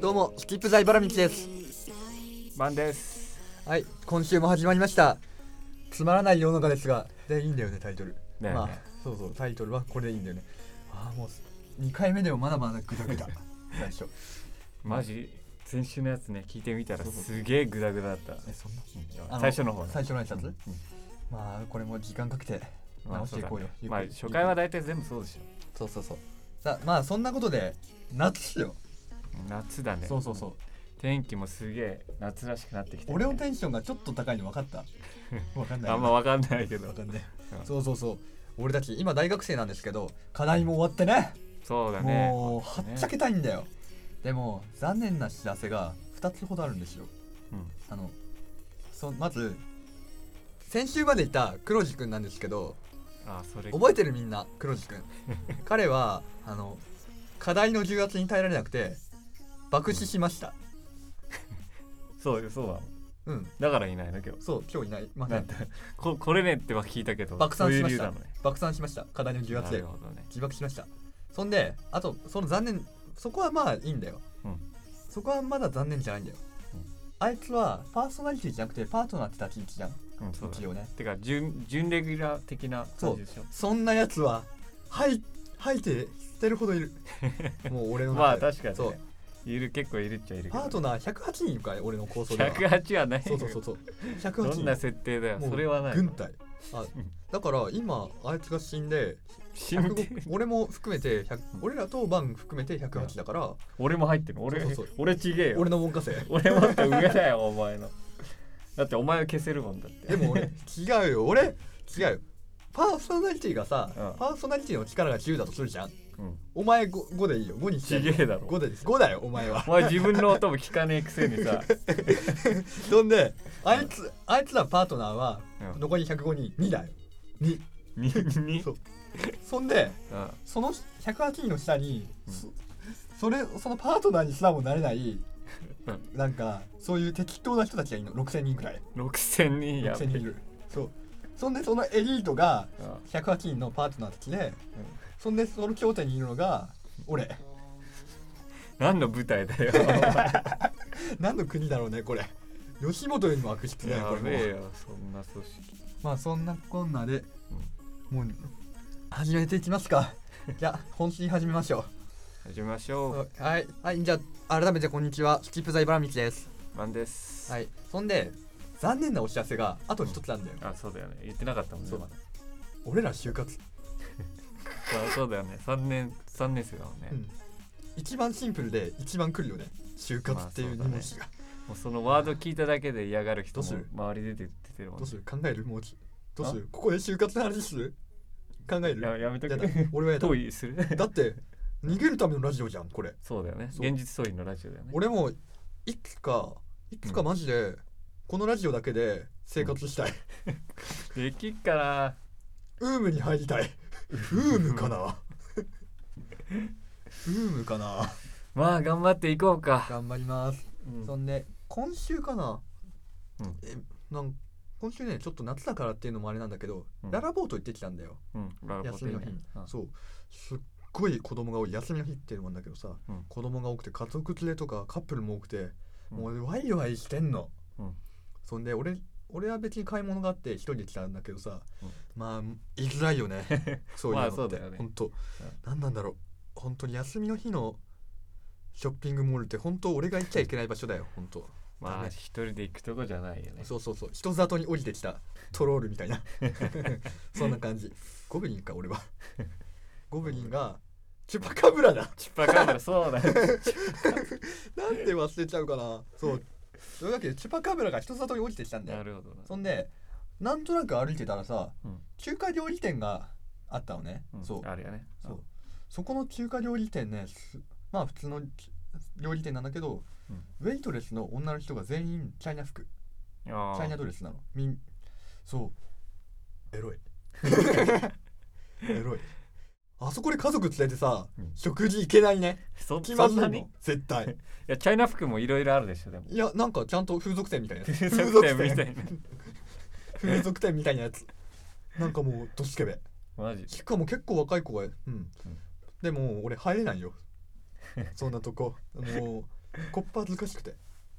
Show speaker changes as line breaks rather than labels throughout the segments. どうもスキップ財原道です
番です
はい今週も始まりましたつまらない世の中ですがでいいんだよねタイトル、
だよね
まあそうそうタイトルはこれでいいんだよねああもう2回目でもまだまだグダグ ダ最初
マジ先週のやつね聞いてみたらすげえグダグダだった
えそん
うん
な
最初の方ね
最初の挨拶、
うん
まあこれも時間かけて
まあ
直していこうよ、
まあ
ゆっくり
初回は大体全部そうでしょ
そうそうそうさあまあそんなことで夏よ、
夏だね
そうそうそう
天気もすげえ夏らしくなってきて
俺のテンションがちょっと高いの分かった 分かんない
あんまわかんないけど
わかんね
うん
そうそうそう俺たち今大学生なんですけど課題も終わってね
そうだね
もうはっちゃけたいんだよでも残念な知らせが2つほどあるんですよ
うん
あのそまず先週までいた黒地くんなんですけど
あそれ
覚えてるみんな黒地くん彼はあの課題の重圧に耐えられなくて爆死しました
そうよそうだ
うん
だからいないの今日
そう今日いないまあ
なんだここれねっては聞いたけど
爆
そう
散
い
し
う
ま
理
し
由
た、
なのね
爆散しました課題の重圧
な
で
るほどね
自爆しましたそんであとその残念そこはまあいいんだよ、
うん
そこはまだ残念じゃないんだよ、
うん
あいつはパーソナリティじゃなくてパートナーって立ち位置じゃん
うんそうだ
一
ね
応ね
てか準準レギュラー的な感じでしょ
そんなやつははい 吐いて捨てるほどい るもう俺の中で
まあ確かにね
そう
いる結構いるっちゃいるけど
パートナー108人いるから俺の構想では
108はない
そうそうそうそう108
ど
人
んな設定だよ
もう
それはない
軍隊あだから今あいつが死んで
死んで
105俺も含めて100俺ら当番含めて108だから
俺も入ってる俺
そうそうそう
俺ちげえよ
俺の文科生
俺もっと上だよお前のだってお前を消せるもんだって
でも俺違うよ俺違うよパーソナリティがさ、
うん
パーソナリティの力が10だとするじゃん
うん
お前 5, でいいよ5にし
ち
て
げえだろ
5で5だよお前 は
お前自分の音も聞かねえくせ にさ
そんであいつあいつらパートナーは
うん
残り105人2だよ2
にに
そうそんで
うん
その108人の下に、
うん
そそれそのパートナーにすらもなれない
うん
なんかそういう適当な人たちがいるの6000人くらい
6000人や
6000
べ
人いるそうそんでそのエリートが
うん
108人のパートナーたちでそんでその頂点にいるのが俺
何の舞台だよ
何の国だろうねこれ吉本よりも悪質だよ
や
これ
べえ
もう
よそんな組織
まあそんなこんなで、もう始めていきます かじゃあ本心始めましょ
始めまし
う
ょ
はい、はい、じゃあ改めてこんにちはスキップ財バラ道です
うマンです
はいそんで残念なお知らせがあと一つなんだよ、
あそうだよね言ってなかったもんね
そう
まだ
俺ら就活、
あそうだよね3年三年生だもんね
うん一番シンプルで一番来るよね就活っていう
まあ
二
そ
文字
うだね
が、
もうそのワード聞いただけで嫌がる人
どう
も
する
周り出て出てるもん
どう
ね
する考えるもうちどうするここで就活の話する考える
ややめと
やだ
く
俺はやだ
遠 いする
だって逃げるためのラジオじゃんこれ
そうだよね
そう
現実逃避のラジオだよね
俺もいつかいつかマジでこのラジオだけで生活したい、
できっから
ウームに入りたいウームか なウームかな
まあ頑張っていこうか、
頑張ります、
うん
そんで今週かな、
うん
えなん今週ねちょっと夏だからっていうのもあれなんだけど、
うん
ララボート行ってきたんだよ、
うん、なるほ
休
ど
みの日
ねうん
そうすっごい子供が多い休みの日っていうのもあるんだけどさ、
うん
子供が多くて家族連れとかカップルも多くて、
うん
もうワイワイしてんの、
うん
そんで俺俺は別に買い物があって一人で来たんだけどさ、
うん
まあ行きづらいよ ねそういうの
まあ
って、
そうだよね
本当、なんなんだろう本当に休みの日のショッピングモールって本当俺が行っちゃいけない場所だよ本当
ま
だ
あ
ね
一人で行くとこじゃないよね
そうそうそう人里に降りてきたトロールみたいな そんな感じゴブリンか俺は ゴブリンがチュパカブラだ
チッパカブ ラそうだよ
なんで忘れちゃうかなそうそういうわけでチュパカブラが人里に降りてきたんだ
な
よ
るほどな
そんでなんとなく歩いてたらさ、
うん
中華料理店があったのね、
ん
そう
あるよね
そうそこの中華料理店ねすまあ普通の料理店なんだけど、
うん
ウェイトレスの女の人が全員チャイナ服
あー
チャイナドレスなのみんそう エロいエロいあそこで家族連れてさ、
うん
食事行けないね
そ
気まずい
そんな
の
にい
絶対
やチャイナ服もいろいろあるでしょでも
いやなんかちゃんと風俗店みたいなやつ
風俗店みたいな
風俗店みたいなやつなんかもうドスケベ
マジ
しかも結構若い子がうん、
うん
でも俺入れないよそんなとこもうコッパ恥ずかしくて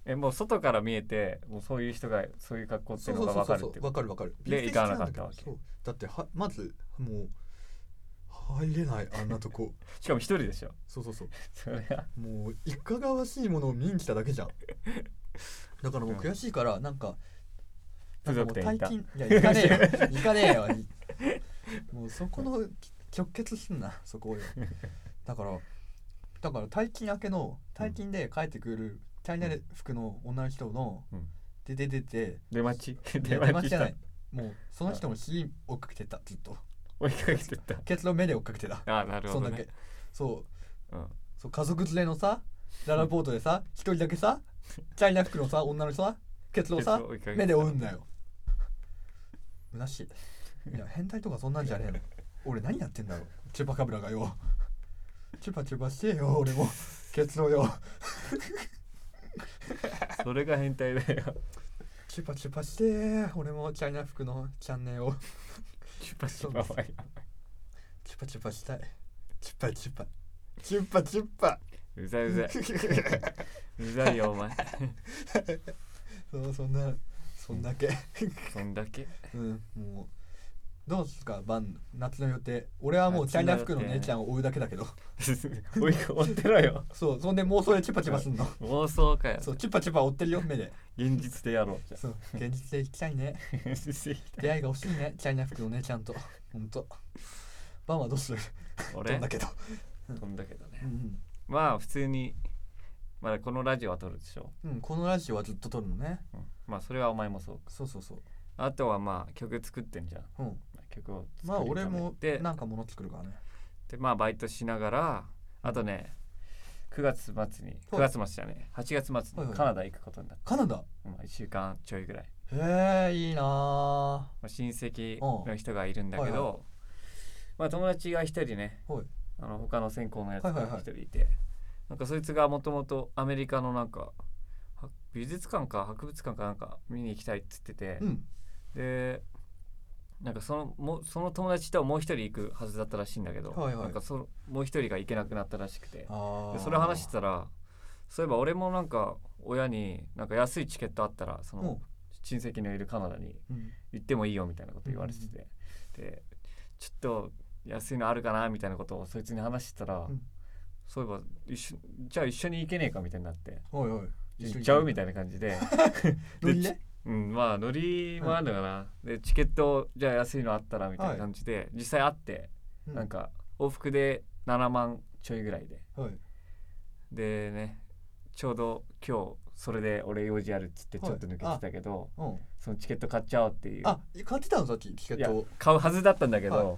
えもう外から見えてもうそういう人がそういう格好っていうのが分かるってこ
わ
と
かるわかる
で
びくりしちゃうんだ
行かなかったわけ
そうだってはまずもう入れないあんなとこ
しかも一人でしょ
そうそうそう
それは
もういかがわしいものを見に来ただけじゃんだからもう悔しいからなんか
風
なん
俗
か
店
も
行
う
った
大金いや行かねえよ 行かねえよもうそこの直結すんなそこをよだからだから大金明けの大金で帰ってくるチャイナ服の女の人の、
うん
で出てて
出待ち
出
出
待
待
ちじ
ちし
ゃな
た
いもうその人も尻追っかけてたずっと
追いかけてった
ケツの目で追っかけてた
ああなる
そ
ほ
ん
ど
だ
ね
けそう
うん
そう家族連れのさララポートで さ一人だけさチャイナ服のさ女の人さケツをさ
ケツを追いかけてた
目で追うんだよ虚しいいや変態とかそんなんじゃねえの俺何やってんだろうチュパカブラがよチュパチュパしてよ俺もケツをよ
それが変態だよ
チュパチュパして俺もチャイナ服のチャンネルを
チュパチュパはやばい
チュパチュパしたいチュパチュパチュパチュパ
うざいうざいうざいよお前
そうそんなそんだけ
そんだ け
うんもうどうすか晩夏の予定俺はもうチャイナ服の姉ちゃんを追うだけだけ ど
追いか追ってろよ
そうそんで妄想でチュパチュパす んの
妄想かよ
そうチュパチュパ追ってるよ目で
現実でやろうじゃ
そう現実で行きたいね
あ現実でいきたい
出会いが欲しいねチャイナ服の姉ちゃんとほんと晩はどうするど
俺
んだけど
飛んだけどね
うん
まあ普通にまだこのラジオは撮るでしょ、
うん、うん、このラジオはずっと撮るのね
うんまあそれはお前もそう
そうそうそう
あとはまあ曲作ってんじゃん
うん
曲を
まあ
作り
俺
ため
も
て
なんか物作るからね
でまあバイトしながらあとね9月末に9
はい
月末じゃね8月末
はい
に
はい
カナダ行くことになっ
カナダ
た、まあ、1週間ちょいぐらい、
へえいいな
まあ、親戚
うん
の人がいるんだけど、
はいは
まあ友達が1人ね
ーはい
あの他の専攻のやつ
はい
が
はいはい
1人いて、なんかそいつがもともとアメリカのなんかは美術館か博物館かなんか見に行きたいっつってて、
うん
でなんかそのもその友達ともう一人行くはずだったらしいんだけど、
はいはい
なんかそのもう一人が行けなくなったらしくて
ああ
でそれ話してたらそういえば俺もなんか親になんか安いチケットあったらそ
うん
の親戚のいるカナダに
うん
行ってもいいよみたいなこと言われてて、でちょっと安いのあるかなみたいなことをそいつに話してたら、
ん
そういえば一緒じゃあ一緒に行けねえかみたいになって
おいおい
行っちゃうみた
い
いな感じ で。
ノリね
うん、まあノリもあるのかな、でチケットじゃあ安いのあったらみたいな感じで、実際あって、
う
なんか往復で7万ちょいぐらいで
はい
でねちょうど今日それで俺用事あるっつって
はい
ちょっと抜けてたけど、
うん
そのチケット買っちゃおうっていう
あ買ってたのさっきチケ
い
ッ
や
トを
買うはずだったんだけど、
は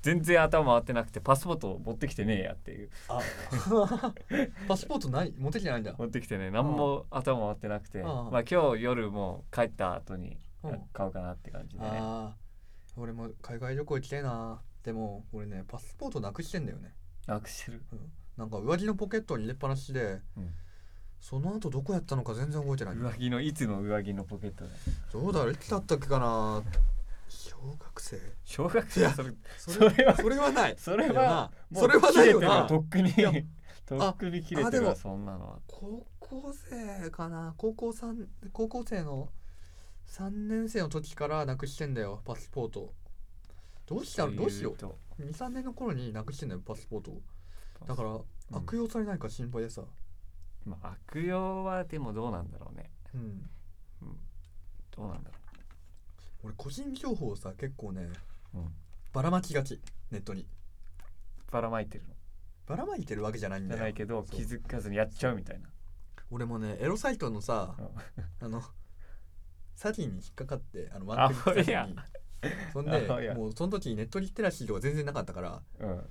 全然頭回ってなくてパスポート持ってきてねえやっていう
あ パスポートない持ってきてないんだ
持ってきてね何も頭回ってなくて、
うん
まあ今日夜もう帰った後に
うん
買おうかなって感じでね、
あー俺も海外旅行行きたいなでも俺ねパスポートなくしてんだよね
なくしてる
なんか上着のポケットに入れっぱなしで、
うん
その後どこやったのか全然覚えてない
上着のいつの上着のポケットで
どうだろういつだったっけかな小学生
小学生それ
それ
それは
それはない
そ
だ
れ
よな
はもう
それはないよな
切れてるわ
いや
とっくにとっくに切れ
あ
て
で
る
も
わそんなのは
高校生かな高校三高校生の3年生の時からなくしてんだよパスポートどうしたのどうしよ
と
う23年の頃になくしてんだよパスポートをだから、
ん
悪用されないか心配でさ
まあ悪用はでもどうなんだろうね
うん
どうなんだろ
俺個人情報をさ結構ね
う、うん、
ばらまきがちネットに
ばらまいてるの
ばらまいてるわけじゃないん
じゃ
だ
な
よ
いけど
そう
気づかずにやっちゃうみたいな
俺もねエロサイトのさ
うん
あの詐欺に引っかかってあのワンクリック詐欺にそん
アホ
で
や
もうその時ネットリテラシーとか全然なかったから
う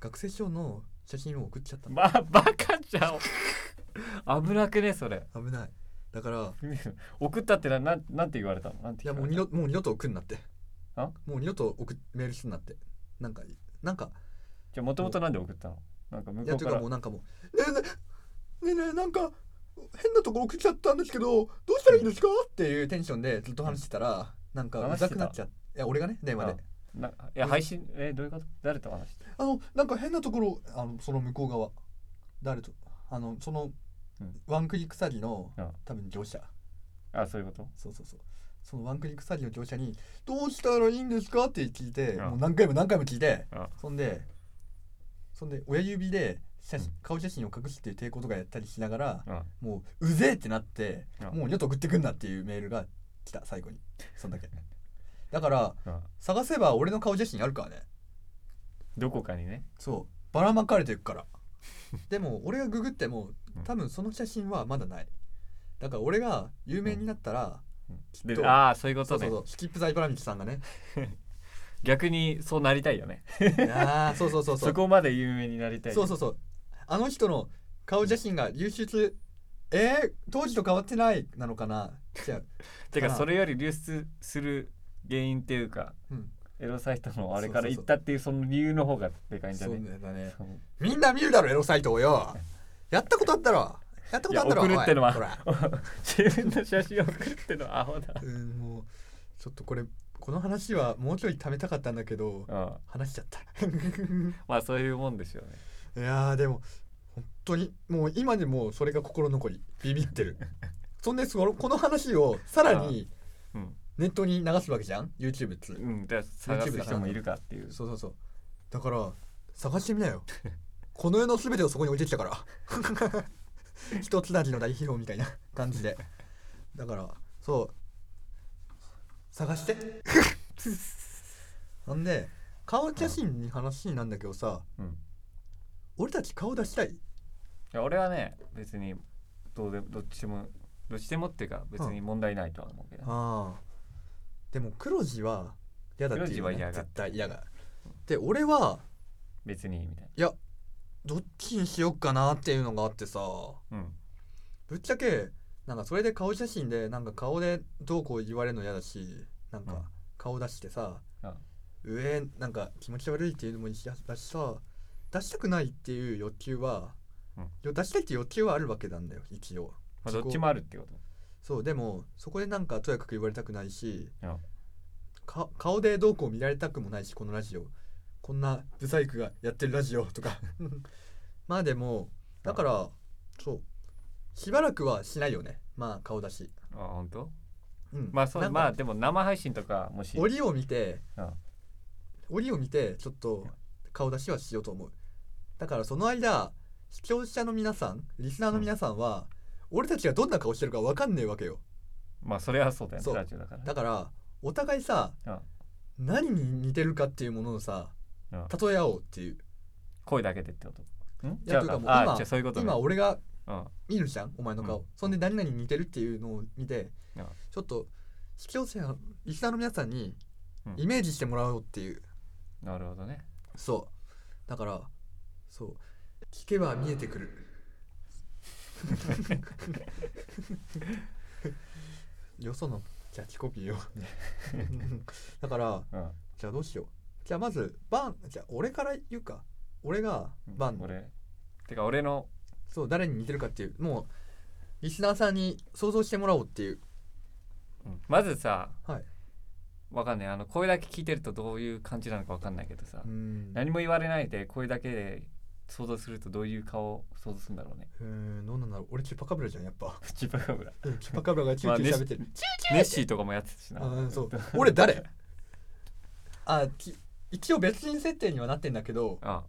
学生証の写真を送っちゃった
ん
の
まあバカじゃん危なくねそれ
危ないだから
送ったってななんなんて言われたのなんて
いや
聞か
もう
れ
二度もう二度
た
と送んなって
あ
もう二度と送っメールすんなってなんかなんか
じゃあもともとなんで送ったのなんか向
いや
こ
と
う
いう
か
からもうなんかもうねえねえねえねえなんか変なとこ送っちゃったんですけどどうしたらいいんですかっていうテンションでずっと話してたらなんかう
話してた
ざくなっちゃっていや俺がね電話で
ないや配信えどういうこと誰と話して
あのなんか変なところあのその向こう側誰とあのその
うん
ワンクリック詐欺の
うん
多分業者
あそういうこと
そうそうそうそのワンクリック詐欺の業者に「どうしたらいいんですか?」って聞いて
うん
もう何回も何回も聞いて
うん
そんでそんで親指で写真
うん
顔写真を隠すっていう抵抗とかやったりしながら
うん
もう「うぜえ!」ってなって
うん
もう二度と送ってくんなっていうメールが来た最後にそんだけだから
うん
探せば俺の顔写真あるからね
どこかにね
そうばらまかれてる からでも俺がググっても
うん
多分その写真はまだないだから俺が有名になったら、
で
きっと
ああそういうこと
そう
ね
そうそうスキップ・ザ・イバラミキさんがね
逆にそうなりたいよね
ああそうそうそう
そ
そう
こまで有名になりたい
そうそうそうあの人の顔写真が流出えー、当時と変わってないなのかなじゃあ
て
か
からそれより流出する原因っていうか
うん
エロサイトのあれから
そうそう
行
そう
ったっていうその理由の方がでかいんじゃ
そ
ね
うだね
そう
みんな見るだろエロサイトをよやったことあったろやったことあったろ
いや送るってのは
おいほら
自分の写真を送るってのはア ホだ
うんもうちょっとこれこの話はもうちょい貯めたかったんだけど
うん
話しちゃった
まあそういうもんですよね
いやーでも本当にもう今でもそれが心残りビビってるそんでそのこの話をさらに
うん、
ネットに流すわけじゃん YouTube っつう
うん、で探す人もいるかっていう
そうそうそうだから探してみなよ この世の全てをそこに置いてきたから 一つなぎの大ヒーローみたいな 感じでだからそう探して なんで顔写真に話なんだけどさ
うん、
俺たち顔出したい
いや俺はね別にどうでどっちでもどっちでもっていうか別に問題ないとは思うけど、
ああでも黒字は嫌だっていうよね
黒字は嫌が
絶対嫌がで俺は
別にみたい
どっちにしよっかなっていうのがあってさ
な、うん、
ぶっちゃけなんかそれで顔写真でなんか顔でどうこう言われるの嫌だしなん
うん
か顔出してさ、
うん
上なんか気持ち悪いっていうのも嫌だしさ出したくないっていう欲求は、
うん
よ出したいっていう欲求はあるわけなんだよ一応
まあ、
そ
ど
こ
っちもあるってこと
そうでもそこでなんかとやかく言われたくないし、
うん
か顔でどうこう見られたくもないしこのラジオこんなブサイクがやってるラジオとか まあでもだから、そうしばらくはしないよねまあ顔出し、
あ本当
うん、
まあそう
なんか
まあでも生配信とかもし
折を見て、
うん
折を見てちょっと顔出しはしようと思うだからその間視聴者の皆さんリスナーの皆さんは、俺たちがどんな顔してるかわかんねえわけよ
まあそれはそうだよ
そ
ね
う
ラジオだからね
だからお互いさ、
うん
何に似てるかっていうものをさ
うん
例え合おうっていう
声だけでってことん
い
じゃ
やと
あ
いうかもう
あ
今
じゃあそういうことね
今俺が
うん
見るじゃんお前の顔、
うん
そんで何々に似てるっていうのを見て、
うん
ちょっと視聴者のリスナーの皆さんに
うん
イメージしてもらおうっていう、
なるほどね
そうだからそう聞けば見えて くるよそのキャッチコピーをだから
うん
じゃあどうしようじゃあまずバンじゃあ俺から言うか俺がバン、
俺てか俺の
そう誰に似てるかっていうもうリスナーさんに想像してもらおうっていう
まずさ
はい
わかんないあの声だけ聞いてるとどういう感じなのかわかんないけどさ、
うん
何も言われないで声だけで想像するとどういう顔を想像するんだろうね
うんどうなんだろう俺チュパカブラじゃんやっぱ
チュパカブラ
うんチュパカブラがチューチュー喋ってる、
ネッシーとかもやってたしな
あうんそう俺誰あき一応別人設定にはなってんだけど
あ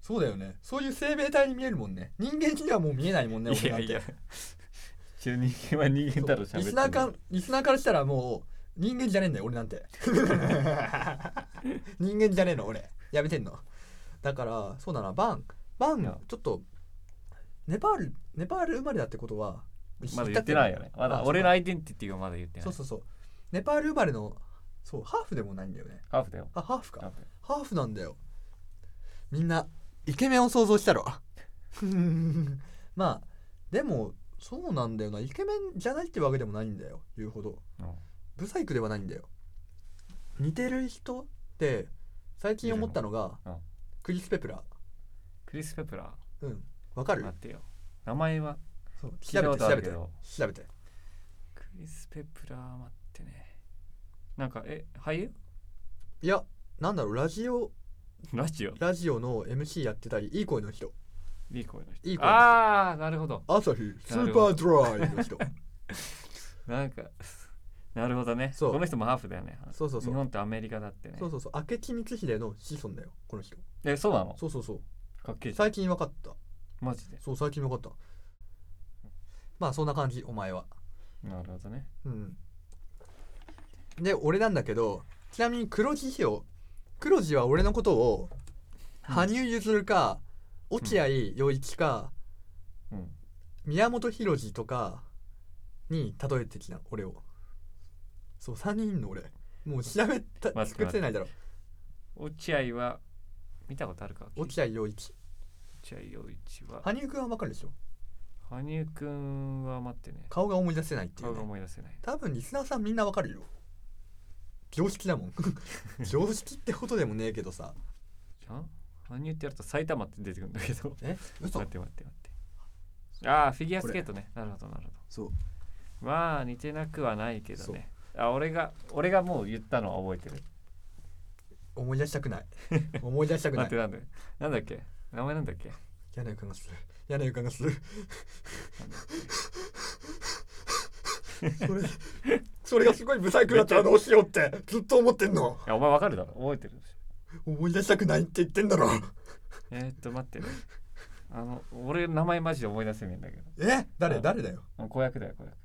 そうだよねそういう生命体に見えるもんね人間にはもう見えないもんね
い
俺な
や
んて
いや 中人間は人間だろ喋って
そうリスナーかリスナーからしたらもう人間じゃねえんだよ俺なんて 人間じゃねえの俺やめてんのだからそうだなバンバ
い
ン
や
ちょっとネパールネパール生まれだってことは
まだ言ってないよねま
あ
だ
そうか
俺のアイデンティティがまだ言ってな
そう
い
そうそうネパール生まれのそうハーフでもないんだよね
ハーフだよ
あハーフか
ハーフ
ハーフなんだよみんなイケメンを想像した ろまあでもそうなんだよなイケメンじゃないってわけでもないんだよ言うほど
うん
ブサイクではないんだよ似てる人って最近思ったのが
いるのうん
クリス・ペプラ
クリス・ペプラ
ーうんわかる
待ってよ名前は
そう
聞
調
いた
べて調べ
ことあるけ
て
ど
調べて
クリス・ペプラー待ってねなんかえ俳優
いやなんだろうラジオ
ラジオ
ラジオの MC やってたりいい声の人
いい声の人
いい声の人
ああなるほど
朝日ス
なる
ーパ
ほ
ー
ど
ドライの 人
なんかなるほどね
そう
この人もハーフだよね
そうそうそう
日本とアメリカだってね
そうそうそう明智光秀の子孫だよこの人
えそうなの
そうそうそう
かっけえじゃん
最近分かった
マジで
そう最近分かったまあそんな感じお前は
なるほどね
うんで俺なんだけどちなみに黒字表黒字は俺のことを
うん
羽生結弦か落合陽一か、
うん
宮本浩次とかに例えてきた俺をそう3人いんの俺もう調べた
待って
作ってないだろ
落合は見たことあるか
落合陽一
落合陽一は
羽生くんは分かるでしょ
羽生くんは待ってね
顔が思い出せないってい
顔
う、
が
ね、
思い出せない
多分リスナーさんみんな分かるよ常識だもん 常識ってことでもねえけどさ
じゃん羽生ってやると埼玉って出てくるんだけど
え嘘
待って待って待ってああフィギュアスケートねなるほどなるほ
そう
どまあ似てなくはないけどねあ俺が俺がもう言ったのは覚えてる
思い出したくない 思い出したくな
待
い
ってなんだなんだっけ名前なんだっけ
嫌な予感がする嫌な予感がするそれそれがすごい不細工だったらどうしようってずっと思ってんの
いやお前わかるだろ覚えてるでしょ
思い出したくないって言ってんだろ
えー、っと待ってねあの俺名前マジで思い出せ ねえんだけど
え誰
うん
誰だよ
あ子役だよ子役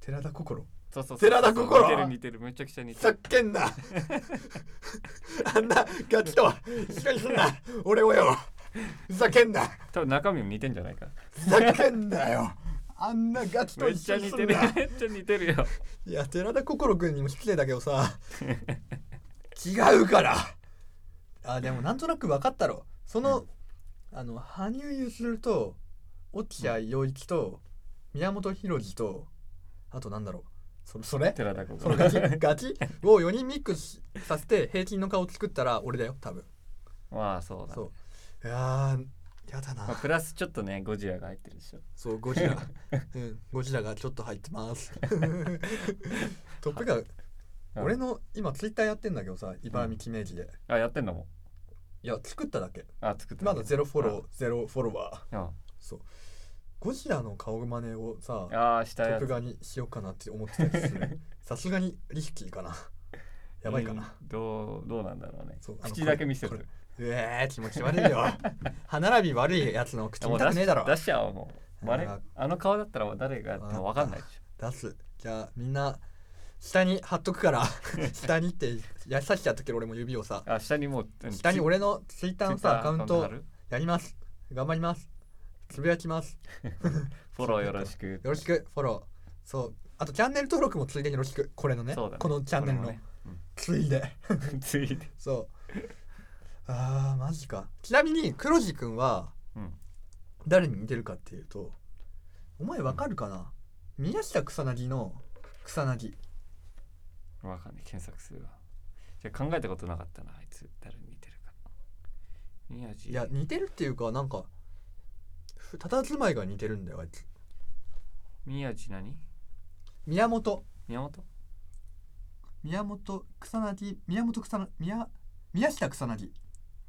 寺田心
そうそうそう
寺田心
似てる似てるめちゃくちゃ似て
さっ
る
けんなあんなガキとは一緒にすんな俺をよふざけんな
多分中身も似てんじゃないか
ふざけんなよあんなガキと
めっち
一
ゃ
緒に
似
す
て
ん
る
な
めっちゃ似てるよ
いや寺田心君にも失礼だけどさ違うからあでもなんとなく分かったろその、あの羽生結弦と落合陽一と宮本浩次とあとなんだろうそれそれ
寺田心
そのガチガチを4人ミックスさせて平均の顔作ったら俺だよ多分
まあそうだね
そういやーやだ
まあ、
な
プラスちょっとねゴジラが入ってるでしょ
そうゴジラ うんゴジラがちょっと入ってます トップガン
うん
俺の今ツイッターやってんだけどさ茨城記名義で、い
あやってんのも
や作っただけ
あ作って
まだゼロフォローゼロフォロワー
あ
そうゴジラの顔真似をさ
あーし
ト
た
ッ
や
プ
つ
ガンにしようかなって思ってたりするさすがにリスキーかなやばいかな、
うんどうどうなんだろうね
そうあの
口だけ見せ
これ
る
うえー気持ち悪い よ歯並び悪いやつの口見たくねえだろ
出しちゃおうもうバレ
あー
あの顔だったらもう誰がやっても分かんないでし
出すじゃあみんな下に貼っとくから 下にってやさしちゃったけど俺も指をさ
ょあ下にもううん
下に俺のツイッターのさアカウント
ある
やります頑張りますつぶやきます
フォローよろしく
よろしくフォローそうあとチャンネル登録もついでによろしくこれのね
そうだね
このチャンネル
こ
の
れもね
ついで
うんついで
そうあーマジかちなみに黒字くんは
うん
誰に似てるかっていうとお前わかるかな宮下草薙の草薙
わかんない検索するわじゃあ考えたことなかったなあいつ誰に似てるか宮地
いや似てるっていうかなんかふ佇まいが似てるんだよあいつ
宮地何
宮本
宮本
宮本草薙宮本草薙宮宮下草薙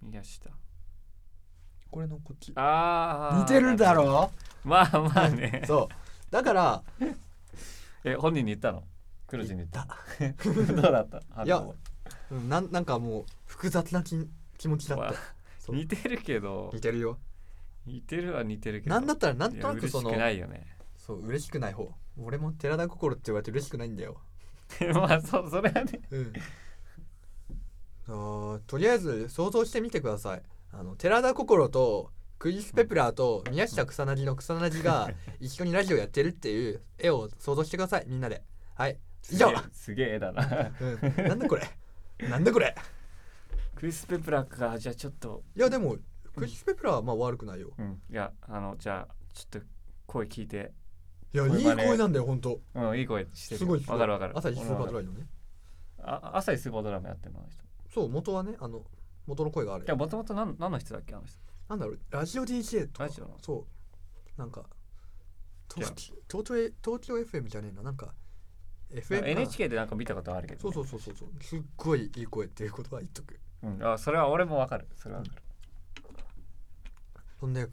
宮下
これのこっち
あー
似てるだろ
まあまあね
う そうだから
え本人に言ったの黒字に言った
た
どうだった反応
いやうんなんなんかもう複雑な気気持ちだっ
まあ
たそう
似てるけど
似てるよ
似てるは似てるけど
なんだったらなん
い
とな
や
く
嬉
そ
し
の
くないよね
そう嬉しくない方俺も寺田心って言われて嬉しくないんだよ
まあそうそれはね
うんあーとりあえず想像してみてくださいあの寺田心とクリス・ペプラーと宮下草薙の草薙が一緒にラジオやってるっていう絵を想像してくださいみんなではい以上、
すげえすげえ絵だな
うん、なんだこれなんだこれ
クリス・ペプラーかじゃあちょっと
いやでもクリス・ペプラーはまあ悪くないよ
うんいやあのじゃあちょっと声聞いて
いやい
これ
い
真似
声なんだよほんと
うんいい声してる
すごいすごい
わかるわかる
朝日スーパードラ
イ
イのね
あ朝日スーパードラマやってるのあの人い
そう元はねあの元の声がある
やもともと何何の人だっけあの人
なんだろうラジオ DJ とか
ラジオの
そうなんか
いや
東東京東京 FM じゃねえななんか FM かな
NHK でなんか見たことあるけど
そ
ね、
うそうそうそうそうすっごいいい声っていうことは言っとく
うんあそれは俺もわかるそれはわかる
そんで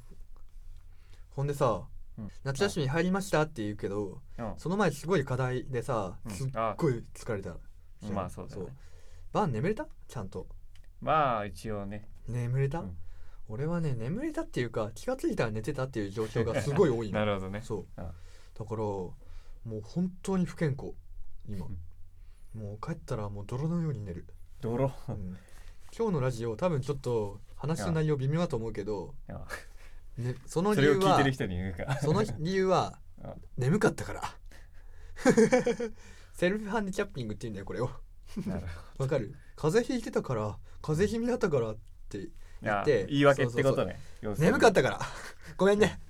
ほんでさ
うん
夏休み入りましたって言うけど
うん
その前すごい課題でさ
うん
すっごい疲れた、
まあそうだよね
晩眠れたちゃんと
まあ一応ね
眠れた、
うん
俺はね眠れたっていうか気がついたら寝てたっていう状況がすごい多いの
なるほどね
そう
うん
だからもう本当に不健康今
うん
もう帰ったらもう泥のように寝る、
泥
うん今日のラジオ多分ちょっと話の内容微妙だと思うけど
いや、
ね、その
そ
理
れ
由
を聞い
は
てる人に言うか
その理由は
あ
眠かったから セルフハンディキャッピングって言うんだよこれを
なるほ
わかる風邪ひいてたから風邪気味だったからって
どあ
で
言い訳ってことね要するに
眠かったから ごめんね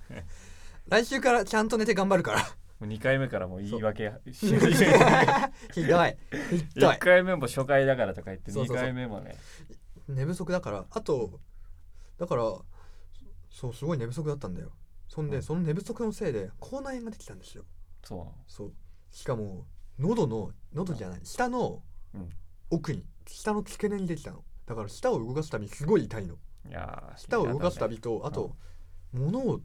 来週からちゃんと寝て頑張る から
もう2回目からもう言い訳し
ひどいひどい
1回目も初回だからとか言って
そう
2
そうそう
回目もね
寝不足だからあとだからそそうすごい寝不足だったんだよそんで、
うん
その寝不足のせいで口内炎ができたんですよ
そうなの
そうしかも喉の喉じゃない下の
うん
奥に下の付け根にできたのだから舌を動かすたびすごい痛いの
いやー
舌を動かすたびと
ん
あと物を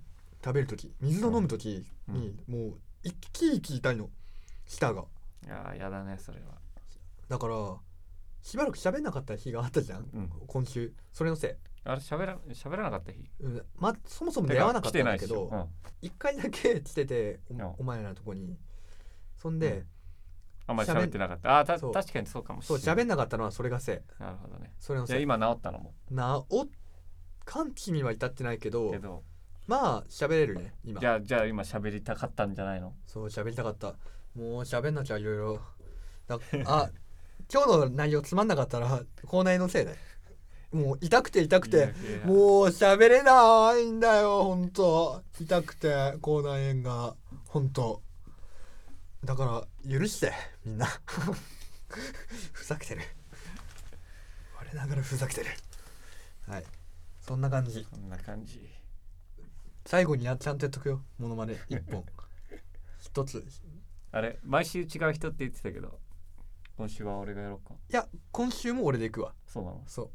食べる時水を飲む時にもう一気一気痛いの舌が
いやーやだねそれは
だからしばらく喋んなかった日があったじゃん、
うん
今週それのせい
あれ喋ら喋らなかった日
うん、ま、そもそも出会わなかったんだけど
てか来てないでしょうん
一、回だけ来ててお
うん
お前らのとこにそんで、
うんあんまり喋ってなかったあーた
そう
確かにそうかもし
そう
れない
喋んなかったのはそれがせい
なるほどね
それの
いや
せい
今治ったのも
なお完治には至ってないけど
けど
まあ喋れるね今
じゃあじゃあ今喋りたかったんじゃないの
そう喋りたかったもう喋んなきゃいろいろだあ今日の内容つまんなかったら口内のせいだよもう痛くて痛くてもう
う
喋れないんだよほんと痛くて口内炎がほんとだから許してみんな ふざけてる我ながらふざけてるはいそんな感じ
こんな感じ
最後にやちゃんとやっとくよモノマネ一本一つ
あれ毎週違う人って言ってたけど今週は俺がやろうか
いや今週も俺で行くわ
そうなの
そう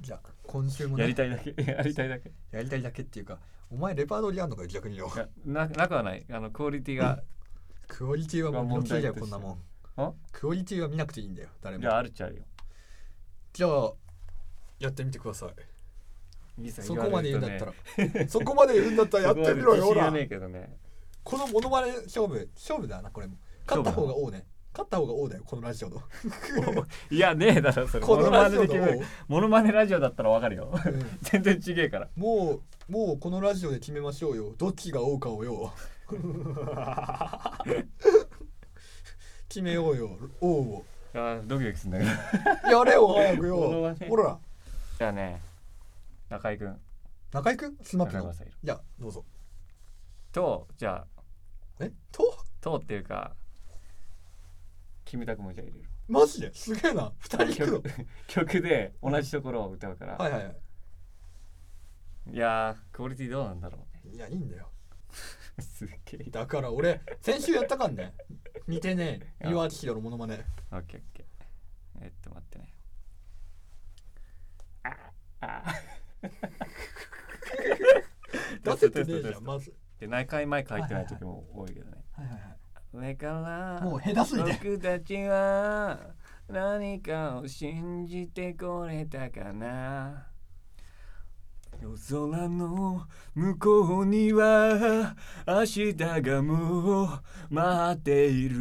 じゃあ今週も、ね、
やりたいだけ やりたいだけい
やりたいだけっていうかお前レパートリーあんのかよ逆によ
やななくはないあのクオリティが
クオリティはもう見
問
なくてい
題
い
と
よこ
して
んなもん
あ
クオリティは見なくていいんだよ誰
い
も
やあるっちゃあるよ
じゃあやってみてください
いいさ
そこまで言うんだった
わ
らそこまで言うんだったらやってみろよ
そ
ほ
こまで自信は
ら
ねえけどね
このモノマネ勝負勝負だなこれも勝った方が王ね勝った方が王だよこのラジオの
いやねえだろそれ
こ
モ
の
ノマ
ラ
ネ
ジオ
で決
の
めるモノマネラジオだったらわかるよ
王、うん
全然ちげえから
もうもうこのラジオで決めましょうよどっちが王かをよ決めようよ王を
あードキドキするんだけど
やれよ早く
この場
よ
で
ほら
じゃあね中居君
中居君スマップ
中
の
居
い
さんいる
やどうぞ
とじゃあ
えと
とっていうかキムタクもじゃあ入れる
マジですげえな二人行くの
曲曲で同じところを歌うから、
はいはいはい
い、やークオリティどうなんだろうね
いやいいんだよ
すっげえ
だから俺先週やったかんね似てねえ岩橋宏のモノマネ
オッケーオッケーえっと待ってねああ
出せてねえじゃんまず
で内科前書いてない時も多いけどね
はいはいはい
上から
もう下手すぎて
僕たちは何かを信じてこれたかな夜空の向こうには明日がもう待っている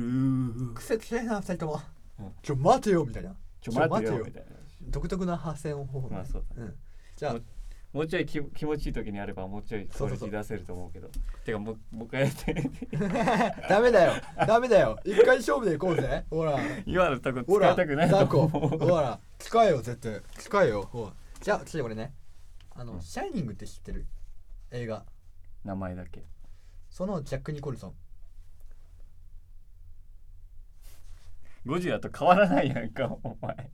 癖強いな二人とも
うん
ちょ待てよみたいな
ち
ょ待てよ
みたい
独特な派生方法
なまあそうだ
うんじゃあ
もうちょいき気持ちいい時にあればもうちょいクオリティ出せると思うけどてかもうもう一回やって
ダメだよダメだよ一回勝負でいこうぜほら
今のとこ
ほ
使
ら
いたくない
ザ
と
コ
思う
ほら使えよ絶対使えよほらじゃあ次俺ねあの、
うん
シャイニングって知ってる映画
名前だけ
そのジャック・ニコルソン
ゴジラと変わらないやんかお前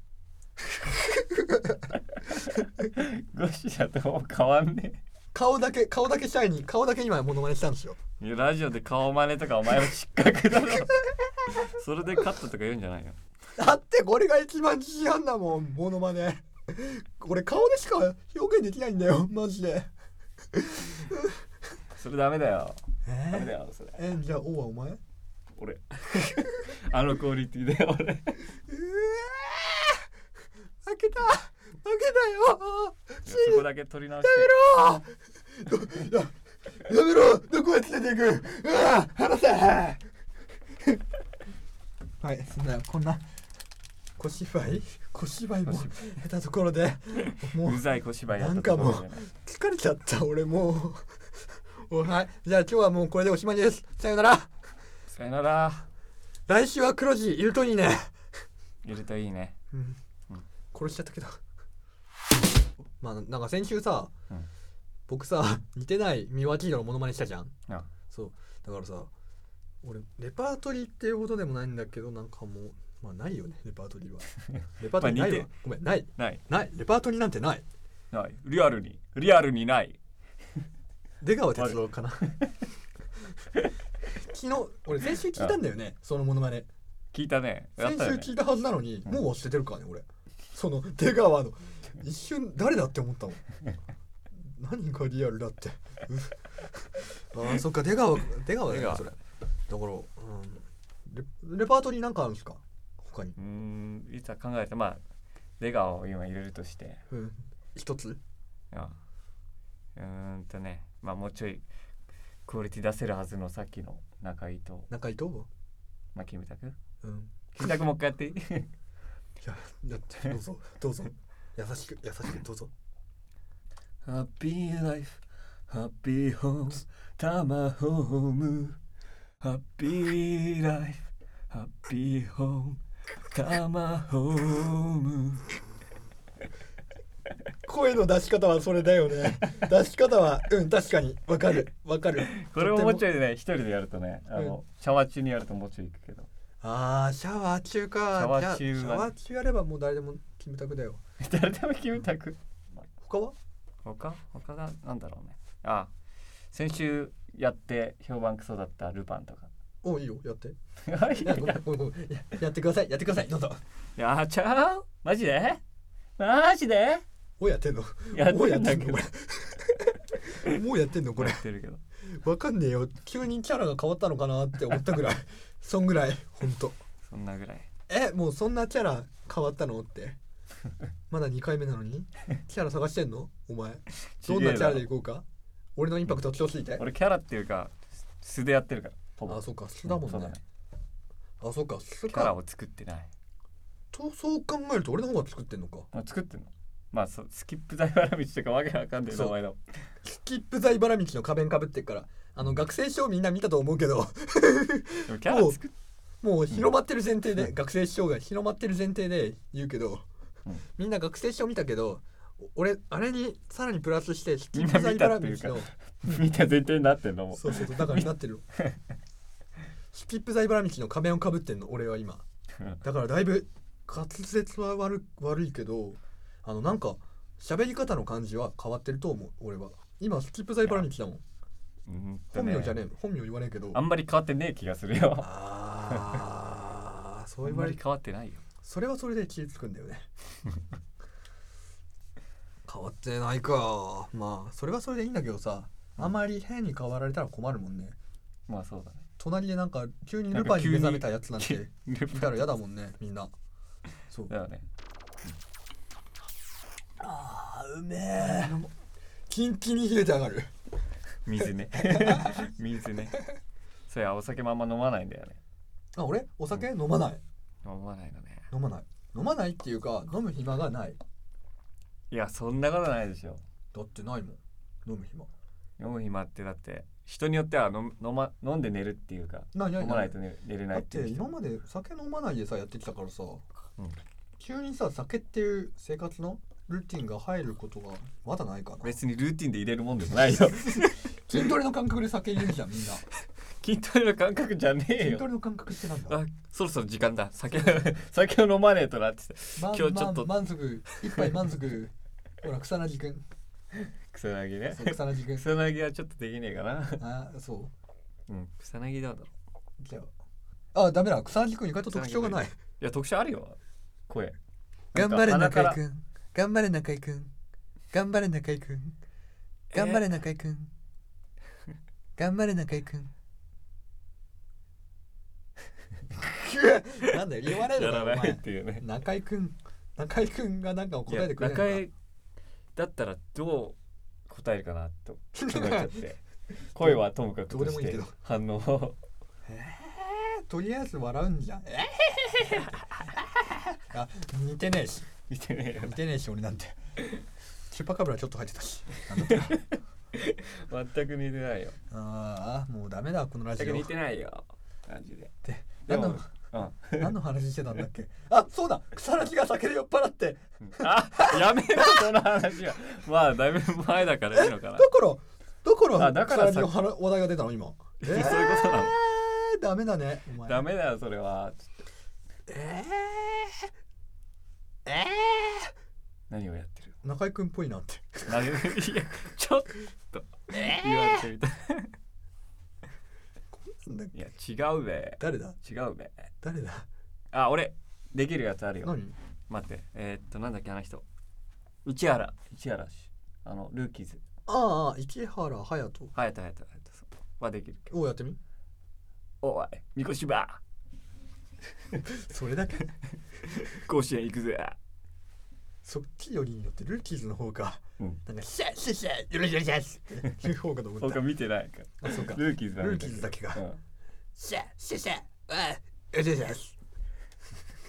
ゴジラとも変わんね
顔だけ顔だけシャイニング顔だけ今モノマネしたんですよ
えいやラジオで顔真似とかお前は失格だろそれでカットとか言うんじゃないよ
だってこれが一番自信あんだもんモノマネ これ顔でしか表現できないんだよマジで
それダメだよダメだ
え
よそれ
えじゃあ O はお前
俺あのクオリティで俺
うわー負けた負けたよ
そこだけ取り直して
やめろややめろどこへ連れていくうわ離せはいそんなこんな小芝居小芝居も
小
下手ところでもう
うざい小芝居やった
なんかもう
ところでね
疲れちゃった俺もうおはいじゃあ今日はもうこれでおしまいですさよなら
さよなら
来週は黒字いるといいね
いるといいね
うん
うん
殺しちゃったけど まあなんか先週さ、
うん
僕さ 似てないミワキードのモノマネしたじゃん
あ
そうだからさ俺レパートリーっていうほどでもないんだけどなんかもうまあないよねレパートリー はレパートリーない
まあ
わ
似て
ごめんない
ない
ないレパートリーなんてない
ないリアルにリアルにない
出川哲郎かな 昨日俺先週聞いたんだよねそのモノマネ
聞いたねや
先
っ
週
たよね
聞いたはずなのに、
うん
もう忘れてるからね俺その出川の一瞬誰だって思ったもん何がリアルだ ってうあーそっか出川出川だ
出
よ
川
それだから、うん、レレパートリーなんかあるんですか他に
うーんいつは考えてまあ出川を今入れるとして
うん一つ
あうーんとねまあもうちょいクオリティ出せるはずのさっきの中井と、
中井と
まあ、キムタク
うん
キムタクもう一回やっていい
いやだってどう ぞどうぞ優しく優しくどうぞ
ハッピーライフハッピーホームタマホームハッピーライフハッピーホームタマホーム
声の出し方はそれだよね 出し方はうん確かにわかるわかる
これをもうち
ょ
ょいね一人でやるとねあの、シャワー中にやるともうちょいいくけど
あーシャワー中か
シャワー中
じゃあシャ
は
ワー中やればもう誰でもキムタクだよ
誰でもキムタク
他は
他他がなんだろうねあ先週やって評判クソだったルパンと か
おいいよやって
はい
いやごめんごめんごめんややってくださいやってくださいどうぞ
やっちゃうマジでマジで
おやってんの
やっ
もうや
て
っ
ん
て
だ
ん
け
の
ど
これもうやってんのこれ
やってるけど
わかんねえよ急にキャラが変わったのかなって思ったぐらいそんぐらいほんと
そんなぐらい
えもうそんなキャラ変わったのってまだ2回目なのにキャラ探してんのお前どんなキャラでいこうか俺のインパクト強すぎて
俺キャラっていうか素でやってるからほぼ
あそうか素だもん
そう
ねあそうか素
キャラ
か
を作ってない
とそう考えると俺の方が作ってんのか
あ作ってんのまあそうスキップ大原道とかわけわかんない
そう
名前の
スキップ財原道の仮面かぶってっからあの学生証みんな見たと思うけど
でもキャラ作っ
もう広まってる前提で、
うん
学生証が広まってる前提で言うけど、
うん
みんな学生証見たけどお俺あれにさらにプラスしてスキ
みん
ッ
な
プ財
見た
原
って
道
いうか
の
見た前提になってんのもう
そうそうそうだからなって るスキップ財原道の仮面をかぶってんの俺は今
うん
だからだいぶ滑舌は悪悪いけどあのなんか喋り方の感じは変わってると思う俺は今スキップ財原道だもん
うーんと
本
ね
名じゃねえの本名言わねえけど
あんまり変わってねえ気がするよ
ああそう
あん
言わ
ま
れ
り変わってないよ
それはそれで気付くんだよね 変わってないかまあそれはそれでいいんだけどさ
うん
あまり変に変わられたら困るもんね
まあそうだね
隣でなんか急にルパンに目覚めたやつなんて
ル
い
パ
たら嫌だもんねみんなそう
だよね
あーうめえキンキンに冷えて上がる
水ね水ねそうやお酒もあんま飲まないんだよね
あ俺お酒飲まない
飲まないのね
飲まない飲まないっていうか飲む暇がない
いやそんなことないでしょ
だってないもん飲む暇
飲む暇ってだって人によっては飲飲,、ま、飲んで寝るっていうか
ないない
飲まな
ない
いと寝れ寝れな
だ
い
っ
って
て
いう人
今
も
まで酒飲まないでさやってきたからさ
うん
急にさ酒っていう生活のルーティンが入ることがまだないかな
別にルーティンで入れるもんでもない よ
筋トレの感覚で酒入れるじゃんみんな
筋トレの感覚じゃねえ
筋ト
よ
レの感覚ってなんだ
あそろそろ時間だ酒 酒を飲まねえとなって
まん
今日ちょっと
まん満足一杯満足ほら草薙くん
草薙ね
そう草薙くん
草薙はちょっとできねえかな
あそ
うん草薙どうだろう
うじゃああダメだ草薙くん意外と特徴がない
いや特徴あるよ声
頑張れ
なんか
中
鼻
居
から
くん頑張れ中居くん頑張れ中居くん頑張れ中居くん頑張れ中居君 なんだよ言われる
や
だろ
ら
お
ない
前
っていうね
中居君中居君がなんか
い
答
や
えてくれるの
中居だったらどう答えるかなと考えちゃって 声はともかく
どうで
と
も
し
いい
て
けど
反応を
とりあえず笑うんじゃん。えへへへ へあ似てねえし
見てねえよ
似
な
てねえし俺なんて。チュパカブラちょっと入ってたし。なんだったら
全く似てないよ
ああもうダメだこのラジ
全
オ。っ
く似てないよマジで
て
で
何
も
の
うん
何の話してたんだっけ。あそうだ草薙が酒で酔っ払って
あやめろその話はまあだいぶ前だからいいのか
だ
な
からだから
あだ
草
から
薙の話話題が出たの今。え
そういうことなの
ーダメだねお前。
ダメだよそれは
えーえ
何をやってる
ー中居君っぽいなって。
投げいやちょっと言われてみたい
なんだっけ
いや違うべ
誰だ
違うべ
誰だ
あ俺できるやつあるよ
何
待ってえーっとなんだっけあの人市原市原氏あのルーキーズ
ああ市原隼人。
隼人隼人隼人そうはできるけど
おやってみ
おいみこしば
それだけ
甲子園行くぜ
そっちよりによってルーキーズの方が、
うん
なんかシャッシャッシャッよろしよろしよろしっていう方かと思っ
他
た
見てないか
あそうから
ルーキーズだ
ルーキーズだけが
うん
シャッシャッシャッあよろしよろしよろし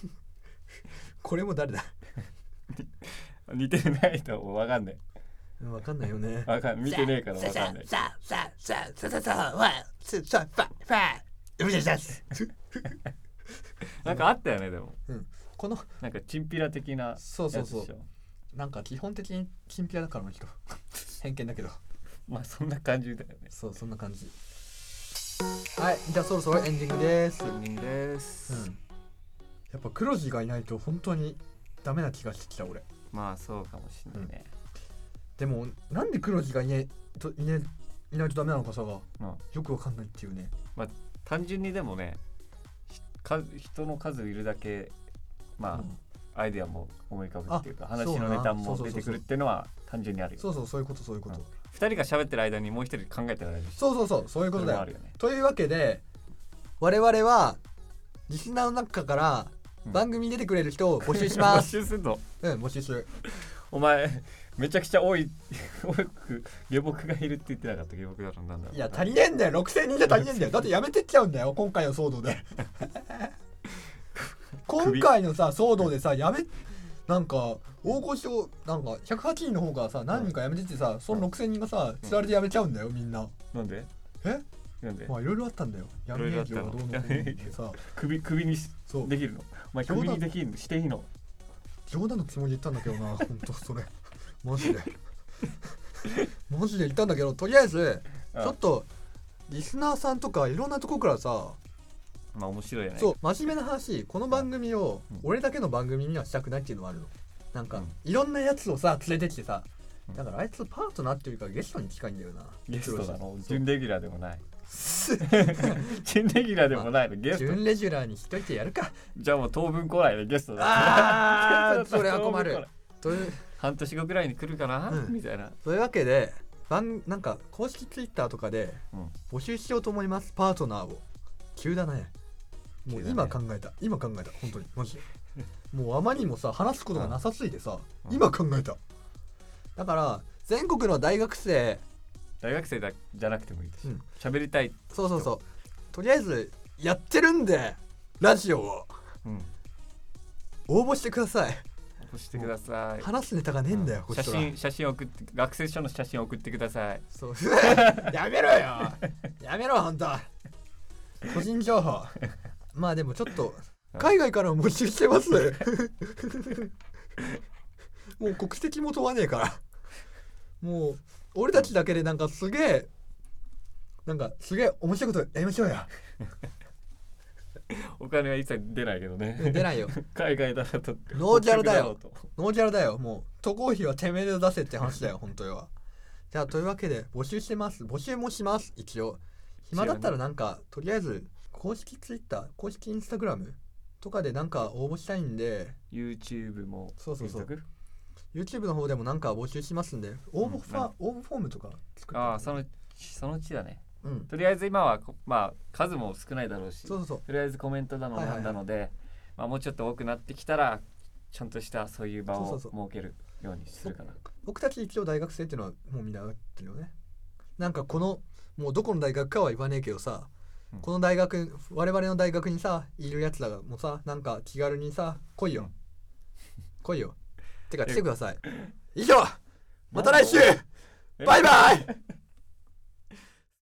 これも誰だ
似てないとわかんない
うんわかんないよね
わかん見てねえからわかんない
シャッシャッシャッシャッシャッシャッシャッワンツースリーファイファイよろしよろしよろし
なんかあったよねでも
この
なんかチンピラ的なやつ
そうそうそう
でしょ
なんか基本的にチンピラだからの人偏見だけど
まあそんな感じだよね
そうそんな感じはいじゃあそろそろエンディングです
です
うん、やっぱ黒字がいないと本当にダメな気がしてきた俺
まあそうかもしんないね、
でもなんで黒字がいねといねいないとダメなのかさが
うん
よくわかんないっていうね
単純にでもねひか人の数いるだけまあ、
うん
アイデアも思い浮かぶっていうか
あ
話
そ
の
うな
ネタも
そうそうそうそう
出てくるっていうのは単純にあるよ
そうそうそういうことそういうこと、
うん2人が喋ってる間にもう1人考えてられるし
そうそうそうそういうこ
そ
とだ
れも
よ
あるよね
というわけで我々はリスナーの中から
うん
番組に出てくれる人を募集します
募集すんの
うん募集する
お前めちゃくちゃ多い 多く下僕がいるって言ってなかった下僕だろなんだろう
いや足りねえんだよ6000人じゃ足りねえんだ よだってやめてっちゃうんだよ今回の騒動 で今回のさ騒動でさやめなんか大御所なんか108人の方がさ何人かやめてってさ、その6000人がさつられてやめちゃうんだよみんな
なんで
え
なんで
まあいろいろあったんだよ闇営業がどうのこうのって さ
首首にし
そう
できるのお前
冗談
首にできるのしていいの
冗談のつもりで言ったんだけどな 本当それマジでマジで言ったんだけどとりあえず
うん
ちょっとリスナーさんとかいろんなとこからさ
まあ面白いよね
そう真面目な話この番組を
うん
俺だけの番組にはしたくないっていうのはあるのなん
う
か
ん
いろんなやつをさ連れてきてさ
うん
だからあいつパートナーっていうかゲストに近いんだよな
ゲストなの
そう
準レギュラーでもない
準
準レギュラーでもないのゲスト
レギュラーにしといてやるか
じゃあもう当分来ないねゲスト
あー
ゲスト
それは困
当分来
る
ない
という
半年後くらいに来るかな、
うん
みたいな
というわけで番なんか公式ツイッターとかで
うん
募集しようと思いますパートナーを急だねもう
急だね
今考えた今考えた本当にマジで もうあまりにもさ話すことがなさすぎてさ、
うん
今考えただから全国の大学生
大学生だじゃなくてもいいです
うん
喋、りたい、
そうそうそうとりあえずやってるんでラジオを
うん、
応募してください
押してください
話すネタがねえんだよ、こ
うん
っち
写
とら
真写真送って学生証の写真送ってください
そう やめろよやめろほんと個人情報まあでもちょっと海外からも募集してます もう国籍も問わねえからもう俺たちだけでなんかすげえなんかすげえ面白いことやりましょうよ
お金は一切出ないけどね
出ないよ
海外だと
ノージャルだよ
お客と
ノージャルだよもう渡航費はてめえで出せって話だよ本当よじゃあというわけで募集してます募集もします一応暇だったらなんかとりあえず公式 Twitter 公式 Instagram とかでなんか応募したいんで
YouTube も
そうそうそう
検索
YouTube の方でもなんか募集しますんで応募ファ
うん
応募フォームとか作って
ああそのうちそのうちだね
うん
とりあえず今はこまあ数も少ないだろうし
そうそうそう
とりあえずコメントだの
はいはい
な
は
ん
い
だので、まあ、もうちょっと多くなってきたらちゃんとしたそういう場
そ
を
うそ
設
うそ
けるようにするかな
僕たち一応大学生っていうのはもうみんな合ってるよねなんかこのもうどこの大学かは言わねえけどさ、
うん
この大学我々の大学にさいるやつらがもうさなんか気軽にさ来いよ、
うん
来 いよてか来てください以上また来週
え
バイバイ